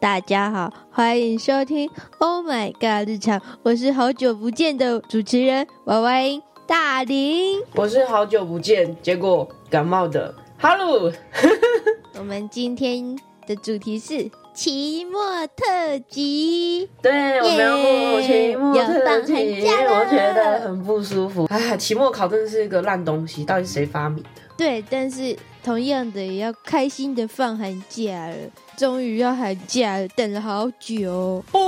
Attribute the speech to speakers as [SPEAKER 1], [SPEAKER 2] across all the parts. [SPEAKER 1] 大家好，欢迎收听《Oh My God 日常》，我是好久不见的主持人娃娃音大林。
[SPEAKER 2] 我是好久不见，结果感冒的哈鲁。
[SPEAKER 1] 我们今天的主题是期末特辑，
[SPEAKER 2] 对，我没有过期末
[SPEAKER 1] 要
[SPEAKER 2] 特
[SPEAKER 1] 放
[SPEAKER 2] 辑，
[SPEAKER 1] 寒
[SPEAKER 2] 因
[SPEAKER 1] 假
[SPEAKER 2] 为
[SPEAKER 1] 了
[SPEAKER 2] 我觉得很不舒服。哎，期末考真的是一个烂东西，到底是谁发明的？
[SPEAKER 1] 对，但是同样的也要开心的放寒假了，终于要寒假了，等了好久。哦
[SPEAKER 2] 不，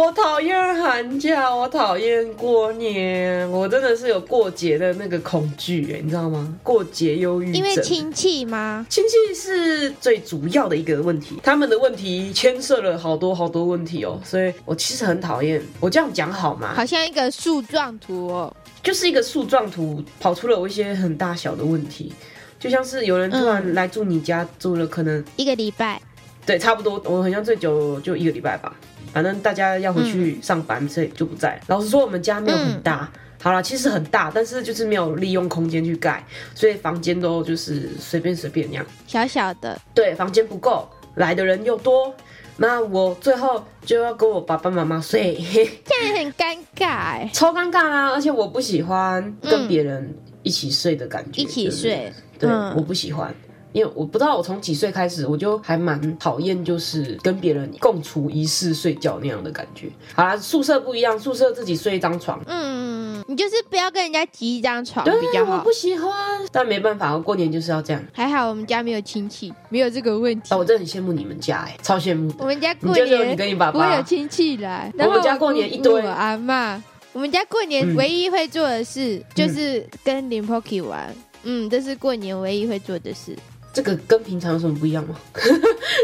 [SPEAKER 2] 我讨厌寒假，我讨厌过年，我真的是有过节的那个恐惧，哎，你知道吗？过节忧郁症。
[SPEAKER 1] 因为亲戚吗？
[SPEAKER 2] 亲戚是最主要的一个问题，他们的问题牵涉了好多好多问题哦，所以我其实很讨厌。我这样讲好吗？
[SPEAKER 1] 好像一个树状图哦。
[SPEAKER 2] 就是一个树状图跑出了我一些很大小的问题，就像是有人突然来住你家住了，可能、
[SPEAKER 1] 一个礼拜，
[SPEAKER 2] 对差不多，我好像最久就一个礼拜吧，反正大家要回去上班，所以就不在。老实说，我们家没有很大。好啦，其实很大，但是就是没有利用空间去盖，所以房间都就是随便随便那样。
[SPEAKER 1] 小小的，
[SPEAKER 2] 对，房间不够，来的人又多，那我最后就要跟我爸爸妈妈睡。
[SPEAKER 1] 这样很尴尬哎。
[SPEAKER 2] 超尴尬啦、而且我不喜欢跟别人一起睡的感觉，
[SPEAKER 1] 嗯一起睡，
[SPEAKER 2] 对，
[SPEAKER 1] 嗯
[SPEAKER 2] 我不喜欢。因为我不知道，我从几岁开始，我就还蛮讨厌，就是跟别人共处一室睡觉那样的感觉。好啦，宿舍不一样，宿舍自己睡一张床，
[SPEAKER 1] 嗯，你就是不要跟人家挤一张床
[SPEAKER 2] 对啊
[SPEAKER 1] 比较
[SPEAKER 2] 我
[SPEAKER 1] 好
[SPEAKER 2] 不。喜欢。但没办法，我过年就是要这样。
[SPEAKER 1] 还好我们家没有亲戚，没有这个问题
[SPEAKER 2] 啊，。我真的很羡慕你们家、欸，哎，超羡慕的。
[SPEAKER 1] 我们家
[SPEAKER 2] 你
[SPEAKER 1] 过
[SPEAKER 2] 就只有你
[SPEAKER 1] 年
[SPEAKER 2] 跟你爸
[SPEAKER 1] 不会
[SPEAKER 2] 爸
[SPEAKER 1] 有，亲戚来，
[SPEAKER 2] 我
[SPEAKER 1] 然
[SPEAKER 2] 们
[SPEAKER 1] 后我
[SPEAKER 2] 家过年
[SPEAKER 1] 姑
[SPEAKER 2] 一堆
[SPEAKER 1] 我阿妈。我们家过年
[SPEAKER 2] 嗯
[SPEAKER 1] 唯一会做的事、就是跟林 Pocky 玩，嗯，这是过年唯一会做的事。
[SPEAKER 2] 这个跟平常有什么不一样吗？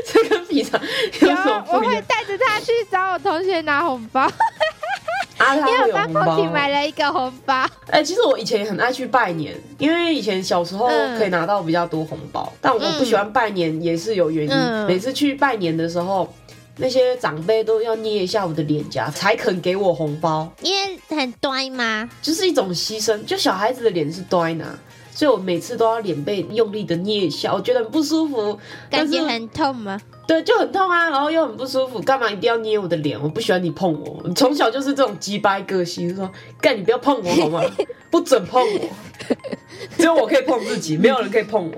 [SPEAKER 2] 这跟平常有什么
[SPEAKER 1] 啊我
[SPEAKER 2] 不一
[SPEAKER 1] 会
[SPEAKER 2] 样？
[SPEAKER 1] 带着他去找我同学拿红 包，
[SPEAKER 2] 啊，他
[SPEAKER 1] 因为
[SPEAKER 2] 会
[SPEAKER 1] 我
[SPEAKER 2] 有
[SPEAKER 1] 帮
[SPEAKER 2] 红包
[SPEAKER 1] Pocky
[SPEAKER 2] 哦
[SPEAKER 1] 买了一个红包。
[SPEAKER 2] 哎、其实我以前也很爱去拜年，因为以前小时候
[SPEAKER 1] 嗯
[SPEAKER 2] 可以拿到比较多红包，但我不喜欢拜年也是有原因。
[SPEAKER 1] 嗯
[SPEAKER 2] 每次去拜年的时候，那些长辈都要捏一下我的脸颊才肯给我红包，
[SPEAKER 1] 因为很乖吗？
[SPEAKER 2] 就是一种牺牲。就小孩子的脸是端拿，所以我每次都要脸被用力的捏一下，我觉得很不舒服，但
[SPEAKER 1] 感
[SPEAKER 2] 是
[SPEAKER 1] 觉很痛吗？
[SPEAKER 2] 对，就很痛啊，然后又很不舒服，干嘛一定要捏我的脸？我不喜欢你碰我，我从小就是这种鸡掰个性，说干你不要碰我好吗？不准碰我，只有我可以碰自己，没有人可以碰我。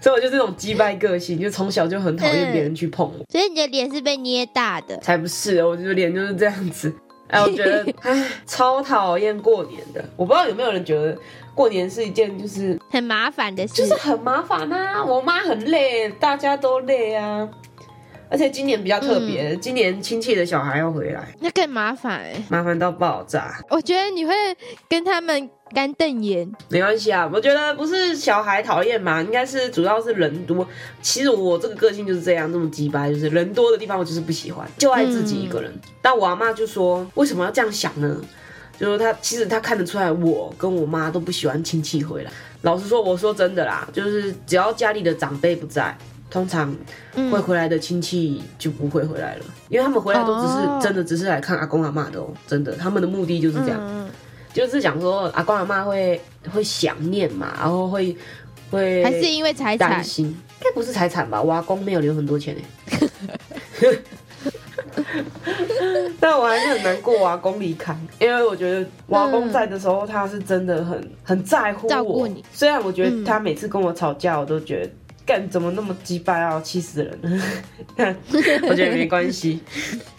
[SPEAKER 2] 所以我就这种鸡掰个性，就从小就很讨厌别人去碰我，
[SPEAKER 1] 所以你的脸是被捏大的。
[SPEAKER 2] 才不是，哦我就脸就是这样子。哎，我觉得哎，超讨厌过年的。我不知道有没有人觉得过年是一件就是
[SPEAKER 1] 很麻烦的事，
[SPEAKER 2] 就是很麻烦啊，我妈很累，大家都累啊。而且今年比较特别，今年亲戚的小孩要回来，
[SPEAKER 1] 那更麻烦、欸。
[SPEAKER 2] 麻烦到爆炸。
[SPEAKER 1] 我觉得你会跟他们干瞪眼，
[SPEAKER 2] 没关系啊，我觉得不是小孩讨厌嘛，应该是主要是人多。其实我这个个性就是这样，这么鸡掰，就是人多的地方我就是不喜欢，就爱自己一个人。但我阿妈就说，为什么要这样想呢？就是她其实她看得出来，我跟我妈都不喜欢亲戚回来。老实说，我说真的啦，就是只要家里的长辈不在，通常
[SPEAKER 1] 嗯
[SPEAKER 2] 会回来的亲戚就不会回来了，因为他们回来都只是、
[SPEAKER 1] 哦
[SPEAKER 2] 真的只是来看阿公阿妈的哦，真的，他们的目的就是这样。
[SPEAKER 1] 嗯，
[SPEAKER 2] 就是讲说阿公阿妈会会想念嘛，然后会会
[SPEAKER 1] 还是因为财
[SPEAKER 2] 担
[SPEAKER 1] 产，
[SPEAKER 2] 心，应该不是财产吧？我阿公没有留很多钱哎、 但我还是很难过我阿公离开，因为我觉得我阿公在的时候，他是真的很很在乎我。
[SPEAKER 1] 照顾你
[SPEAKER 2] 虽然我觉得他每次跟我吵架，我都觉得。干怎么那么鸡掰啊！气死人 了！但我觉得没 关系，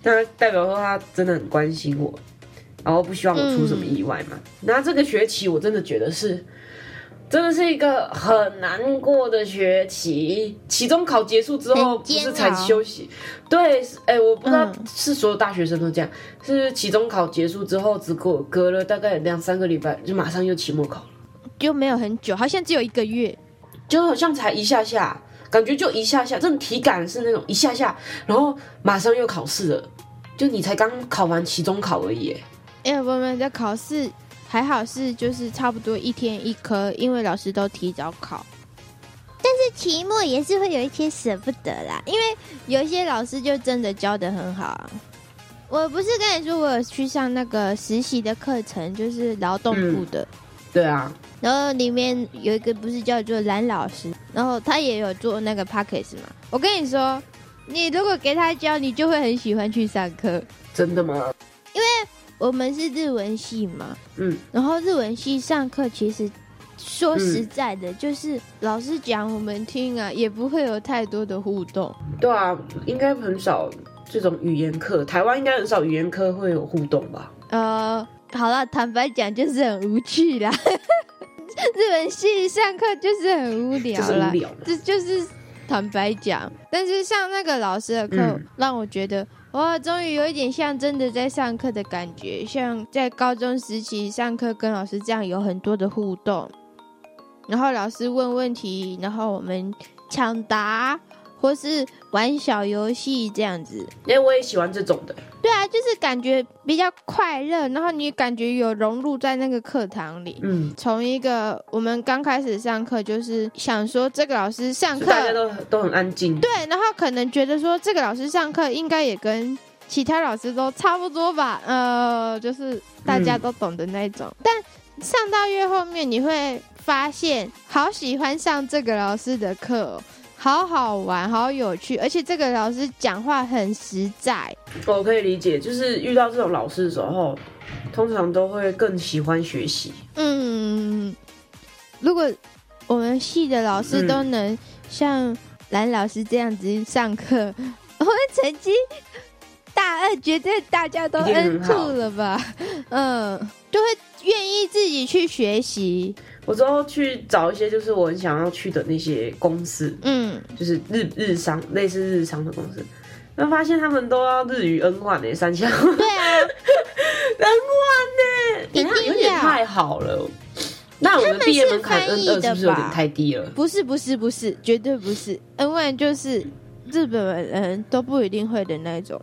[SPEAKER 2] 但代表说他真的很关心我，然后不希望我出什
[SPEAKER 1] 嗯
[SPEAKER 2] 么意外嘛。那这个学期我真的觉得是，真的是一个很难过的学期。期中考结束之后，
[SPEAKER 1] 很
[SPEAKER 2] 不
[SPEAKER 1] 煎
[SPEAKER 2] 是才
[SPEAKER 1] 熬
[SPEAKER 2] 休息？对，是哎、我不知道
[SPEAKER 1] 嗯
[SPEAKER 2] 是所有大学生都这样，是期中考结束之后，只隔隔了大概两三个礼拜，就马上又期末考了，
[SPEAKER 1] 就没有很久，好像只有一个月。
[SPEAKER 2] 就好像才一下下，感觉就一下下，这种体感是那种一下下，然后马上又考试了，就你才刚考完期中考而已、哎
[SPEAKER 1] 哎、我们的考试还好是就是差不多一天一科，因为老师都提早考。但是期末也是会有一些舍不得啦，因为有一些老师就真的教的很好啊。我不是跟你说我有去上那个实习的课程，就是劳动部的，
[SPEAKER 2] 对啊，
[SPEAKER 1] 然后里面有一个不是叫做蓝老师，然后他也有做那个 p a c k a g e 嘛。我跟你说，你如果给他教，你就会很喜欢去上课。
[SPEAKER 2] 真的吗？
[SPEAKER 1] 我们是日文系嘛，
[SPEAKER 2] 嗯，
[SPEAKER 1] 然后日文系上课其实说
[SPEAKER 2] 嗯
[SPEAKER 1] 实在的，就是老师讲我们听啊，也不会有太多的互动。
[SPEAKER 2] 对啊，应该很少这种语言课，台湾应该很少语言课会有互动吧？
[SPEAKER 1] 呃，好了，坦白讲就是很无趣啦。 日文系上课就是很无聊
[SPEAKER 2] 就是
[SPEAKER 1] 啦
[SPEAKER 2] 无，聊嘛。
[SPEAKER 1] 这就是坦白讲。但是上那个老师的课，
[SPEAKER 2] 嗯
[SPEAKER 1] 让我觉得哇，终于有一点像真的在上课的感觉，像在高中时期上课跟老师这样有很多的互动，然后老师问问题，然后我们抢答或是玩小游戏这样子。
[SPEAKER 2] 哎、我也喜欢这种的，
[SPEAKER 1] 对啊，就是感觉比较快乐，然后你感觉有融入在那个课堂里。
[SPEAKER 2] 嗯，
[SPEAKER 1] 从一个我们刚开始上课，就是想说这个老师上
[SPEAKER 2] 就
[SPEAKER 1] 课，
[SPEAKER 2] 大家都都很安静。
[SPEAKER 1] 对，然后可能觉得说这个老师上课应该也跟其他老师都差不多吧，呃，就是大家
[SPEAKER 2] 嗯
[SPEAKER 1] 都懂的那一种。但上到越后面，你会发现好喜欢上这个老师的课哦、好好玩，好有趣，而且这个老师讲话很实在。
[SPEAKER 2] 我可以理解，就是遇到这种老师的时候，通常都会更喜欢学习。
[SPEAKER 1] 嗯，如果我们系的老师都能像蓝老师这样子上课，我们成绩大二绝对大家都
[SPEAKER 2] 一定
[SPEAKER 1] N
[SPEAKER 2] 很
[SPEAKER 1] two
[SPEAKER 2] 好
[SPEAKER 1] 了吧？嗯，就会愿意自己去学习。
[SPEAKER 2] 我之后去找一些就是我很想要去的那些公司，
[SPEAKER 1] 嗯，
[SPEAKER 2] 就是日日商类似日商的公司，然后发现他们都要日语 N 万诶、三项 N
[SPEAKER 1] 对啊，
[SPEAKER 2] 万呢、
[SPEAKER 1] 一定
[SPEAKER 2] 欸，有点
[SPEAKER 1] 要
[SPEAKER 2] 太好了。那我们毕业门槛
[SPEAKER 1] 他们
[SPEAKER 2] N
[SPEAKER 1] 是翻
[SPEAKER 2] 二
[SPEAKER 1] 译的
[SPEAKER 2] 是
[SPEAKER 1] 吧
[SPEAKER 2] 不是有点太低了？
[SPEAKER 1] 不是不是不是，绝对不是 N one 就是日本人都不一定会的那一种。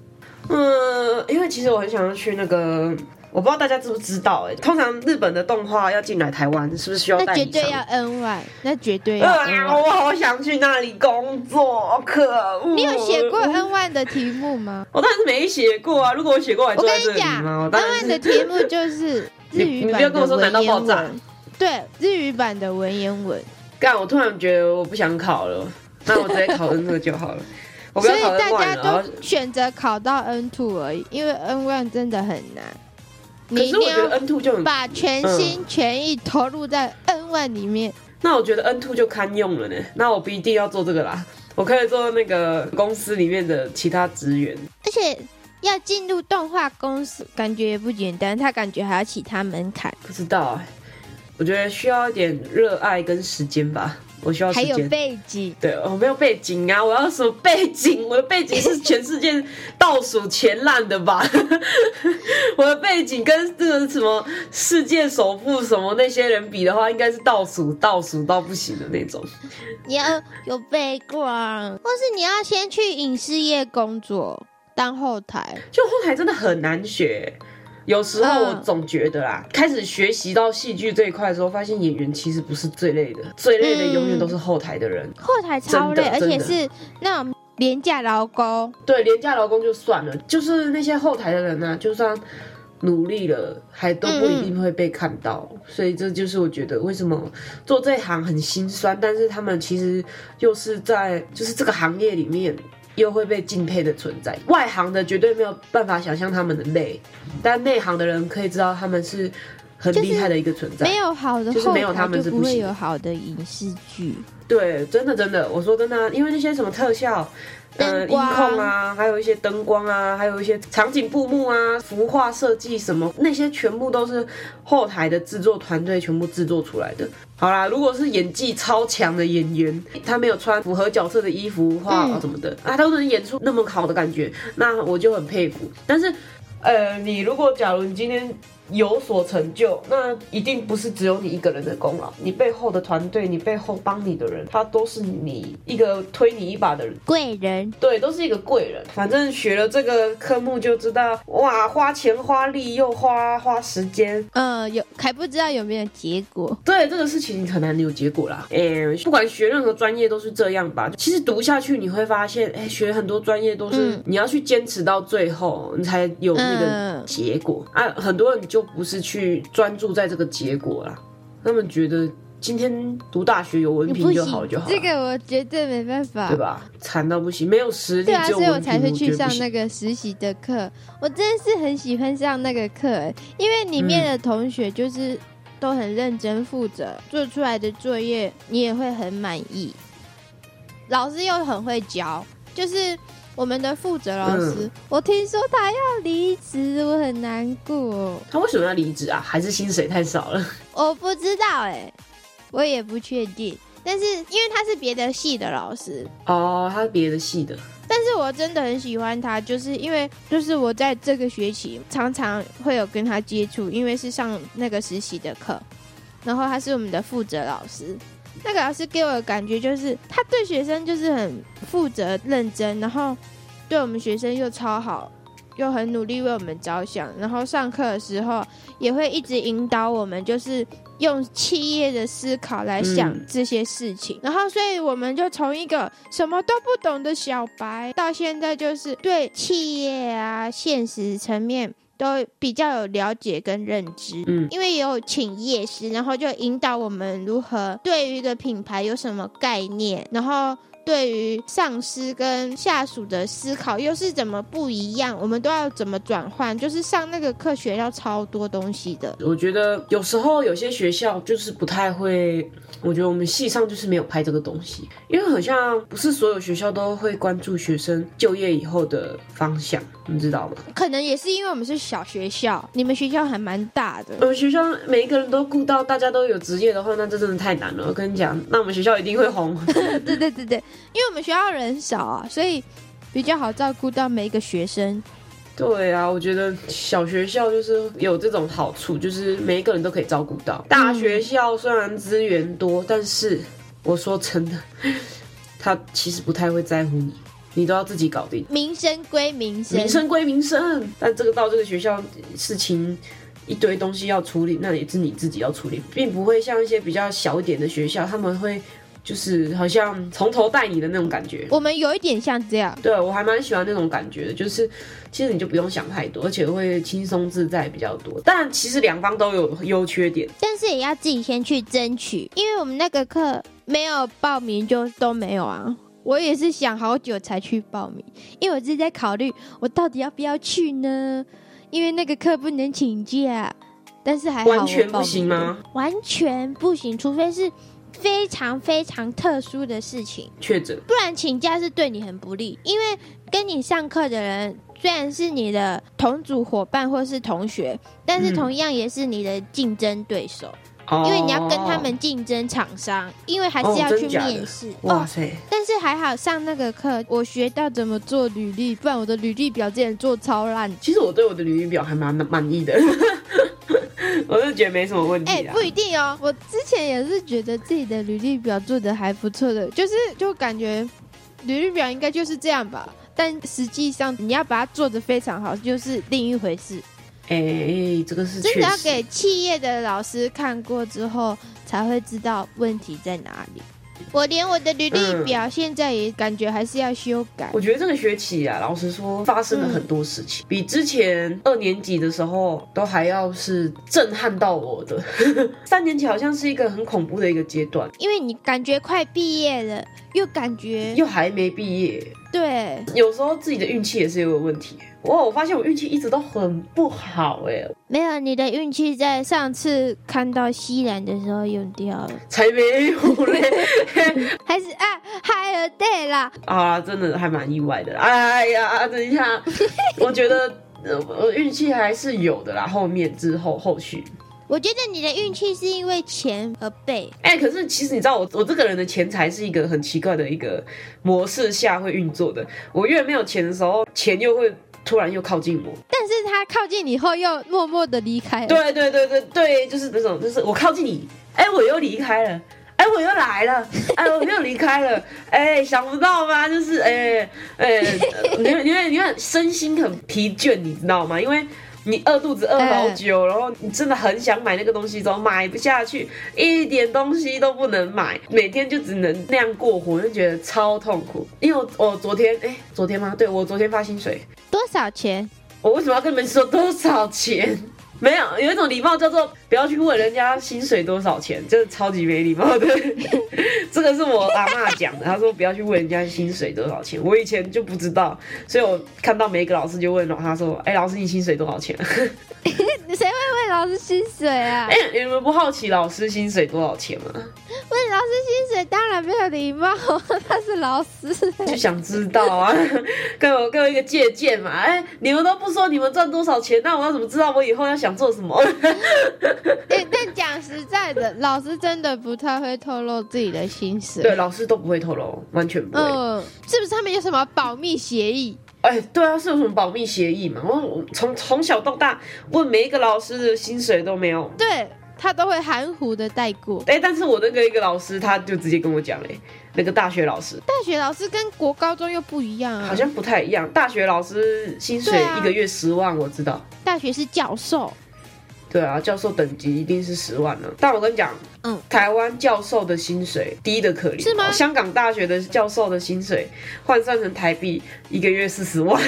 [SPEAKER 2] 嗯，因为其实我很想要去那个，我不知道大家知不知道哎、通常日本的动画要进来台湾，是不是需要
[SPEAKER 1] 那
[SPEAKER 2] 代
[SPEAKER 1] 绝
[SPEAKER 2] 理
[SPEAKER 1] 对
[SPEAKER 2] 商？
[SPEAKER 1] 要 N one，那绝对要 N
[SPEAKER 2] 啊！
[SPEAKER 1] one。
[SPEAKER 2] 我好想去那里工作，可恶！
[SPEAKER 1] 你有写过 N one 的题目吗？
[SPEAKER 2] 我当然是没写过啊！如果我写过，我还
[SPEAKER 1] 我
[SPEAKER 2] 坐
[SPEAKER 1] 跟
[SPEAKER 2] 在这
[SPEAKER 1] 你
[SPEAKER 2] 里
[SPEAKER 1] 讲，
[SPEAKER 2] 吗？我
[SPEAKER 1] 恩
[SPEAKER 2] 当然
[SPEAKER 1] 万的
[SPEAKER 2] 是
[SPEAKER 1] 题目 就是日
[SPEAKER 2] 你
[SPEAKER 1] 语
[SPEAKER 2] 你
[SPEAKER 1] 版
[SPEAKER 2] 不要跟我
[SPEAKER 1] 的
[SPEAKER 2] 说难
[SPEAKER 1] 文
[SPEAKER 2] 到
[SPEAKER 1] 言
[SPEAKER 2] 爆炸
[SPEAKER 1] 文。对，日语版的文言文，
[SPEAKER 2] 干。我突然觉得我不想考了，那我直接考 N 二 就好了。我不
[SPEAKER 1] 所
[SPEAKER 2] 要
[SPEAKER 1] 以
[SPEAKER 2] 考 N
[SPEAKER 1] 大
[SPEAKER 2] 万
[SPEAKER 1] 家
[SPEAKER 2] 了，然后
[SPEAKER 1] 都选择考到 N two 而已，因为 N one 真的很难，
[SPEAKER 2] 可
[SPEAKER 1] 你一
[SPEAKER 2] 是
[SPEAKER 1] 定
[SPEAKER 2] 我觉得
[SPEAKER 1] 要
[SPEAKER 2] N 嗯 two 就很，
[SPEAKER 1] 把全心全意投入在 N one 里面。
[SPEAKER 2] 那我觉得 N two 就堪用了呢。那我不一定要做这个啦，我可以做那个公司里面的其他职员。
[SPEAKER 1] 而且要进入动画公司，感觉也不简单，他感觉还要其他门槛，
[SPEAKER 2] 不知道哎、我觉得需要一点热爱跟时间吧。我需要
[SPEAKER 1] 还
[SPEAKER 2] 时
[SPEAKER 1] 有
[SPEAKER 2] 间。
[SPEAKER 1] 背景。
[SPEAKER 2] 对，我没有背景啊，我要什么背景？ 我的背景是全世界倒数前烂的吧？ 我的背景跟这个什么世界首富什么那些人比的话，应该是倒数倒数到不行的那种。
[SPEAKER 1] 你要有背光，或是你要先去影视业工作，当后台。
[SPEAKER 2] 就后台真的很难学，有时候我
[SPEAKER 1] 嗯
[SPEAKER 2] 总觉得啦，开始学习到戏剧这一块的时候，发现演员其实不是最累的，最累
[SPEAKER 1] 嗯
[SPEAKER 2] 的永远都是后台的人。
[SPEAKER 1] 后台超累，
[SPEAKER 2] 真的
[SPEAKER 1] 而且
[SPEAKER 2] 真的
[SPEAKER 1] 是那种廉价劳工。
[SPEAKER 2] 对，廉价劳工就算了，就是那些后台的人呢、啊就算努力了，还都不一
[SPEAKER 1] 嗯
[SPEAKER 2] 定会被看到。所以这就是我觉得为什么做这一行很心酸，但是他们其实又是在就是这个行业里面。又会被敬佩的存在，外行的绝对没有办法想象他们的累，但内行的人可以知道他们是很厉害的一个存在。
[SPEAKER 1] 没有好的
[SPEAKER 2] 就是
[SPEAKER 1] 后
[SPEAKER 2] 没有
[SPEAKER 1] 台
[SPEAKER 2] 他们
[SPEAKER 1] 就是不
[SPEAKER 2] 不
[SPEAKER 1] 会
[SPEAKER 2] 行
[SPEAKER 1] 有好的影视剧。
[SPEAKER 2] 对，真的真的，我说真的、啊，因为那些什么特效。呃，
[SPEAKER 1] 灯
[SPEAKER 2] 音
[SPEAKER 1] 光
[SPEAKER 2] 控啊，还有一些灯光啊，还有一些场景布幕啊、服化设计什么，那些全部都是后台的制作团队全部制作出来的。好啦，如果是演技超强的演员，他没有穿符合角色的衣服、化
[SPEAKER 1] 嗯
[SPEAKER 2] 什么的、啊，他都能演出那么好的感觉，那我就很佩服。但是，呃，你如果假如你今天有所成就，那一定不是只有你一个人的功劳，你背后的团队，你背后帮你的人，他都是你一个推你一把的人，
[SPEAKER 1] 贵人
[SPEAKER 2] 对，都是一个贵人。反正学了这个科目就知道，哇，花钱花力又花花时间，
[SPEAKER 1] 呃，有还不知道有没有结果。
[SPEAKER 2] 对这个事情很难有结果啦。诶、不管学任何专业都是这样吧。其实读下去你会发现，诶、学很多专业都是
[SPEAKER 1] 嗯
[SPEAKER 2] 你要去坚持到最后，你才有那个
[SPEAKER 1] 嗯
[SPEAKER 2] 结果、啊。很多人就不是去专注在这个结果啦，他们觉得今天读大学有文
[SPEAKER 1] 你
[SPEAKER 2] 凭
[SPEAKER 1] 不
[SPEAKER 2] 就
[SPEAKER 1] 行
[SPEAKER 2] 好就好，
[SPEAKER 1] 这个我绝对没办法，
[SPEAKER 2] 对吧？惨到不行，没有实力
[SPEAKER 1] 对啊，
[SPEAKER 2] 只有
[SPEAKER 1] 所以我
[SPEAKER 2] 文凭，
[SPEAKER 1] 才会去
[SPEAKER 2] 觉得
[SPEAKER 1] 上
[SPEAKER 2] 不行。
[SPEAKER 1] 那个实习的课。我真的是很喜欢上那个课、欸因为里
[SPEAKER 2] 嗯
[SPEAKER 1] 面的同学就是都很认真负责，做出来的作业你也会很满意。老师又很会教，就是我们的负责老师，
[SPEAKER 2] 嗯
[SPEAKER 1] 我听说他要离职，我很难过。
[SPEAKER 2] 他为什么要离职啊？还是薪水太少了？
[SPEAKER 1] 我不知道哎、我也不确定。但是因为他是别的系的老师，
[SPEAKER 2] 哦，他是别的系的，
[SPEAKER 1] 但是我真的很喜欢他，就是因为就是我在这个学期常常会有跟他接触，因为是上那个实习的课，然后他是我们的负责老师。那个老师给我的感觉就是，他对学生就是很负责、认真，然后对我们学生又超好，又很努力为我们着想。然后上课的时候也会一直引导我们，就是用企业的思考来想
[SPEAKER 2] 嗯
[SPEAKER 1] 这些事情。然后，所以我们就从一个什么都不懂的小白，到现在就是对企业啊、现实层面都比较有了解跟认知。
[SPEAKER 2] 嗯，
[SPEAKER 1] 因为也有请夜师，然后就引导我们如何对于一个品牌有什么概念，然后对于上司跟下属的思考又是怎么不一样，我们都要怎么转换，就是上那个课学到超多东西的。
[SPEAKER 2] 我觉得有时候有些学校就是不太会，我觉得我们系上就是没有拍这个东西，因为好像不是所有学校都会关注学生就业以后的方向，你知道吗？
[SPEAKER 1] 可能也是因为我们是小学校，你们学校还蛮大的，
[SPEAKER 2] 我们学校每一个人都顾到大家都有职业的话，那这真的太难了。我跟你讲，那我们学校一定会红。
[SPEAKER 1] 对对对对，因为我们学校人少啊，所以比较好照顾到每一个学生。
[SPEAKER 2] 对啊，我觉得小学校就是有这种好处，就是每一个人都可以照顾到。大学校虽然资源多，但是我说真的，他其实不太会在乎你，你都要自己搞定。
[SPEAKER 1] 民生归民生，
[SPEAKER 2] 名声归名声，但这个到这个学校事情一堆东西要处理，那也是你自己要处理，并不会像一些比较小一点的学校，他们会就是好像从头带你的那种感觉。
[SPEAKER 1] 我们有一点像这样。
[SPEAKER 2] 对我还蛮喜欢那种感觉的，就是其实你就不用想太多，而且会轻松自在比较多。但其实两方都有优缺点，
[SPEAKER 1] 但是也要自己先去争取，因为我们那个课没有报名就都没有啊。我也是想好久才去报名，因为我是在考虑我到底要不要去呢？因为那个课不能请假，但是还好我
[SPEAKER 2] 完全
[SPEAKER 1] 报
[SPEAKER 2] 不
[SPEAKER 1] 名
[SPEAKER 2] 行吗？
[SPEAKER 1] 完全不行，除非是非常非常特殊的事情。
[SPEAKER 2] 确诊
[SPEAKER 1] 不然请假是对你很不利，因为跟你上课的人虽然是你的同组伙伴或是同学，但是
[SPEAKER 2] 嗯
[SPEAKER 1] 同样也是你的竞争对手，
[SPEAKER 2] 哦，
[SPEAKER 1] 因为你要跟他。们竞争厂商，因为还是
[SPEAKER 2] 哦
[SPEAKER 1] 要
[SPEAKER 2] 真
[SPEAKER 1] 去
[SPEAKER 2] 假的
[SPEAKER 1] 面试。
[SPEAKER 2] 哇
[SPEAKER 1] 哦，
[SPEAKER 2] 塞，
[SPEAKER 1] 但是还好上那个课，我学到怎么做履历，不然我的履历表之前做超烂。
[SPEAKER 2] 其实我对我的履历表还蛮满意的， 我是觉得没什么问
[SPEAKER 1] 哎、
[SPEAKER 2] 题啊。
[SPEAKER 1] 不一定哦。我之前也是觉得自己的履历表做的还不错的，就是就感觉履历表应该就是这样吧。但实际上你要把它做的非常好，就是另一回事。
[SPEAKER 2] 哎、这个是
[SPEAKER 1] 真
[SPEAKER 2] 确
[SPEAKER 1] 的要
[SPEAKER 2] 实
[SPEAKER 1] 给企业的老师看过之后，才会知道问题在哪里。我连我的履历表现在也感觉还是要修改
[SPEAKER 2] 嗯我。觉得这个学期啊，老实说，发生了很多事情，比之前二年级的时候都还要是震撼到我的。 三年级好像是一个很恐怖的一个阶段，
[SPEAKER 1] 因为你感觉快毕业了，又感觉
[SPEAKER 2] 又还没毕业，
[SPEAKER 1] 对，
[SPEAKER 2] 有时候自己的运气也是有问题。哇，我发现我运气一直都很不好哎、
[SPEAKER 1] 没有你的运气在上次看到西兰的时候用掉了。
[SPEAKER 2] 才没有嘞
[SPEAKER 1] 还是啊，海尔对啦，
[SPEAKER 2] 啊，真的还蛮意外的啦。哎呀，等一下，我觉得呃我运气还是有的啦，后面之后后续。
[SPEAKER 1] 我觉得你的运气是因为钱而背，
[SPEAKER 2] 哎、可是其实你知道我，我这个人的钱财是一个很奇怪的一个模式下会运作的。我越没有钱的时候，钱又会突然又靠近我。
[SPEAKER 1] 但是他靠近你后又默默的离开了。
[SPEAKER 2] 对对对对对，就是那种，就是我靠近你，哎、我又离开了。哎、我又来了，哎、我又离开了，哎、想不到吧？就是哎哎、你你你会你会身心很疲倦，你知道吗？因为你饿肚子饿好久，然后你真的很想买那个东西，之后买不下去，一点东西都不能买，每天就只能那样过活，就觉得超痛苦。因为我我昨天哎、昨天吗？对我昨天发薪水，
[SPEAKER 1] 多少钱？
[SPEAKER 2] 我为什么要跟你们说多少钱？ 没有，有一种礼貌叫做不要去问人家薪水多少钱，这是超级没礼貌的。 这个是我阿妈讲的，她说不要去问人家薪水多少钱。我以前就不知道，所以我看到每一个老师就问他说：“哎、老师你薪水多少钱？”
[SPEAKER 1] 谁会问老师薪水啊
[SPEAKER 2] 哎、？你们不好奇老师薪水多少钱吗？
[SPEAKER 1] 问老师薪水当然没有礼貌，他是老师、
[SPEAKER 2] 就想知道啊， 给我给我一个借鉴嘛。哎、你们都不说你们赚多少钱，那我要怎么知道我以后要想做什么？
[SPEAKER 1] 哎、但讲实在的，老师真的不太会透露自己的薪水。
[SPEAKER 2] 对，老师都不会透露，完全不会。
[SPEAKER 1] 嗯，是不是他们有什么保密协议？
[SPEAKER 2] 哎，对啊，是有什么保密协议嘛？我我从从小到大问每一个老师的薪水都没有。
[SPEAKER 1] 对他都会含糊的带过。
[SPEAKER 2] 哎，但是我那个一个老师他就直接跟我讲嘞，那个大学老师
[SPEAKER 1] 大学老师跟国高中又不一样啊，
[SPEAKER 2] 好像不太一样，大学老师薪水
[SPEAKER 1] 对啊
[SPEAKER 2] 一个月十万，我知道。
[SPEAKER 1] 大学是教授，
[SPEAKER 2] 对啊，教授等级一定是十万了。但我跟你讲，
[SPEAKER 1] 嗯，
[SPEAKER 2] 台湾教授的薪水低的可怜，哦
[SPEAKER 1] 是吗
[SPEAKER 2] 香港大学的教授的薪水换算成台币一个月四十万。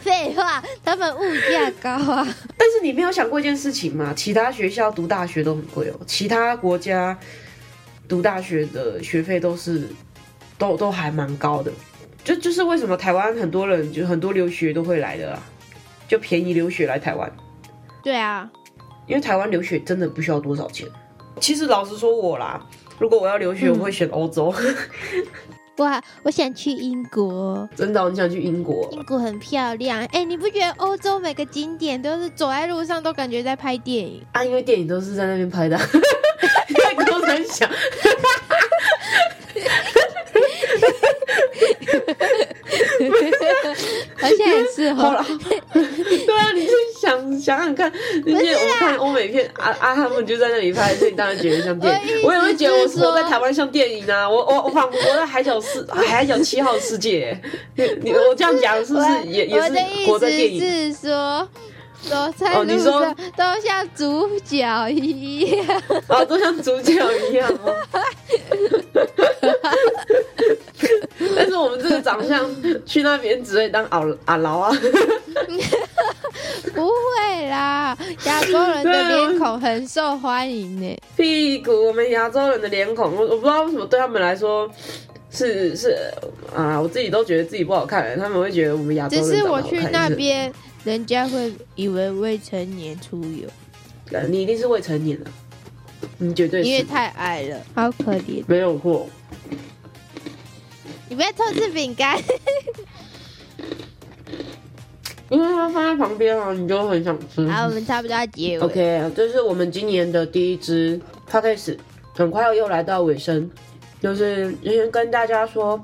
[SPEAKER 1] 废话，他们物价高 啊。
[SPEAKER 2] 但是你没有想过一件事情吗？其他学校读大学都很贵哦，其他国家读大学的学费都是都都还蛮高的。就就是为什么台湾很多人就很多留学都会来的啦，就便宜留学来台湾。
[SPEAKER 1] 对啊，
[SPEAKER 2] 因为台湾留学真的不需要多少钱。其实老实说，我啦，如果我要留学，
[SPEAKER 1] 嗯
[SPEAKER 2] 我会选欧洲。
[SPEAKER 1] 哇，我想去英国，
[SPEAKER 2] 真的，我很想去英国。
[SPEAKER 1] 英国很漂亮。哎、你不觉得欧洲每个景点都是走在路上都感觉在拍电影？
[SPEAKER 2] 啊，因为电影都是在那边拍的， 在工人想。
[SPEAKER 1] 而且也是哦
[SPEAKER 2] 好了， 对啊，你就想想想看，那些我们看欧美片啊啊，他们就在那里拍，所以当然觉得像电影。
[SPEAKER 1] 我
[SPEAKER 2] 我也会觉得
[SPEAKER 1] 一
[SPEAKER 2] 我
[SPEAKER 1] 直说
[SPEAKER 2] 活在台湾像电影啊，我我我仿佛活在海角世海角七号世界。你你我这样讲是不是也也
[SPEAKER 1] 我
[SPEAKER 2] 是
[SPEAKER 1] 的
[SPEAKER 2] 活在电
[SPEAKER 1] 意
[SPEAKER 2] 影？
[SPEAKER 1] 思是说，走在
[SPEAKER 2] 哦你
[SPEAKER 1] 路
[SPEAKER 2] 说
[SPEAKER 1] 上、都像主角一样。
[SPEAKER 2] 啊，都像主角一样 哦。但是我们这个长相去那边只会当阿阿劳啊，
[SPEAKER 1] 不会啦，亚洲人
[SPEAKER 2] 啊
[SPEAKER 1] 的脸孔很受欢迎呢。
[SPEAKER 2] 屁股。我们亚洲人的脸孔，我我不知道为什么对他们来说是是啊，我自己都觉得自己不好看，他们会觉得我们亚
[SPEAKER 1] 只
[SPEAKER 2] 洲人
[SPEAKER 1] 是
[SPEAKER 2] 长得
[SPEAKER 1] 我
[SPEAKER 2] 好看
[SPEAKER 1] 去那，边，人家会以为未成年出游，
[SPEAKER 2] 是呃你一定是未成年的、你绝对
[SPEAKER 1] 因为
[SPEAKER 2] 是
[SPEAKER 1] 太矮了，好可怜。
[SPEAKER 2] 没有过。
[SPEAKER 1] 你不要偷吃饼干，
[SPEAKER 2] 因为它放在旁边啊，你就很想吃。
[SPEAKER 1] 好，我们差不多要结尾。
[SPEAKER 2] OK，这是我们今年的第一支 podcast，很快又来到尾声，就是先跟大家说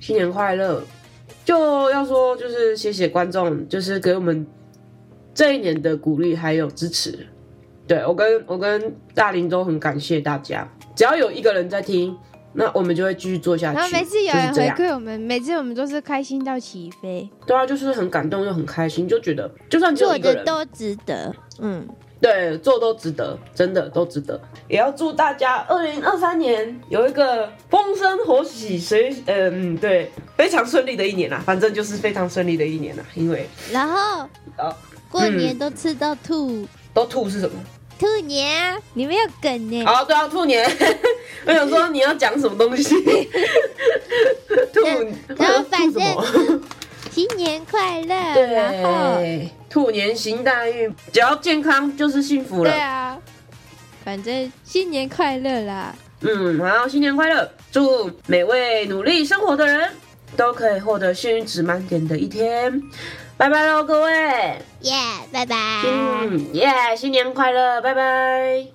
[SPEAKER 2] 新年快乐，就要说就是谢谢观众，就是给我们这一年的鼓励还有支持。对我跟我跟大林都很感谢大家，只要有一个人在听，那我们就会继续做下去。
[SPEAKER 1] 然后每次有人
[SPEAKER 2] 就是这
[SPEAKER 1] 回
[SPEAKER 2] 样
[SPEAKER 1] 馈我们，每次我们都是开心到起飞，
[SPEAKER 2] 对啊，就是很感动又很开心，就觉得就算只有
[SPEAKER 1] 做
[SPEAKER 2] 一个
[SPEAKER 1] 的
[SPEAKER 2] 人，
[SPEAKER 1] 都值得。嗯，
[SPEAKER 2] 对，做都值得，真的都值得。也要祝大家二零二三年有一个风生火起、随呃嗯对非常顺利的一年啦、啊反正就是非常顺利的一年啦、啊因为
[SPEAKER 1] 然后
[SPEAKER 2] 呃
[SPEAKER 1] 过年都吃到吐，
[SPEAKER 2] 都兔是什么？
[SPEAKER 1] 兔年啊你没有梗呢。
[SPEAKER 2] 哦，对啊，兔年。 我想说你要讲什么 东西？兔，
[SPEAKER 1] 然后反
[SPEAKER 2] 兔什么？
[SPEAKER 1] 新年快乐，然后。
[SPEAKER 2] 对，兔年行大运，只要健康就是幸福了
[SPEAKER 1] 对。啊，反正新年快乐啦！
[SPEAKER 2] 嗯，好，新年快乐！祝每位努力生活的人都可以获得幸运值满点的一天。拜拜喽，各位！
[SPEAKER 1] 耶、拜拜。
[SPEAKER 2] 嗯，耶、新年快乐，拜拜。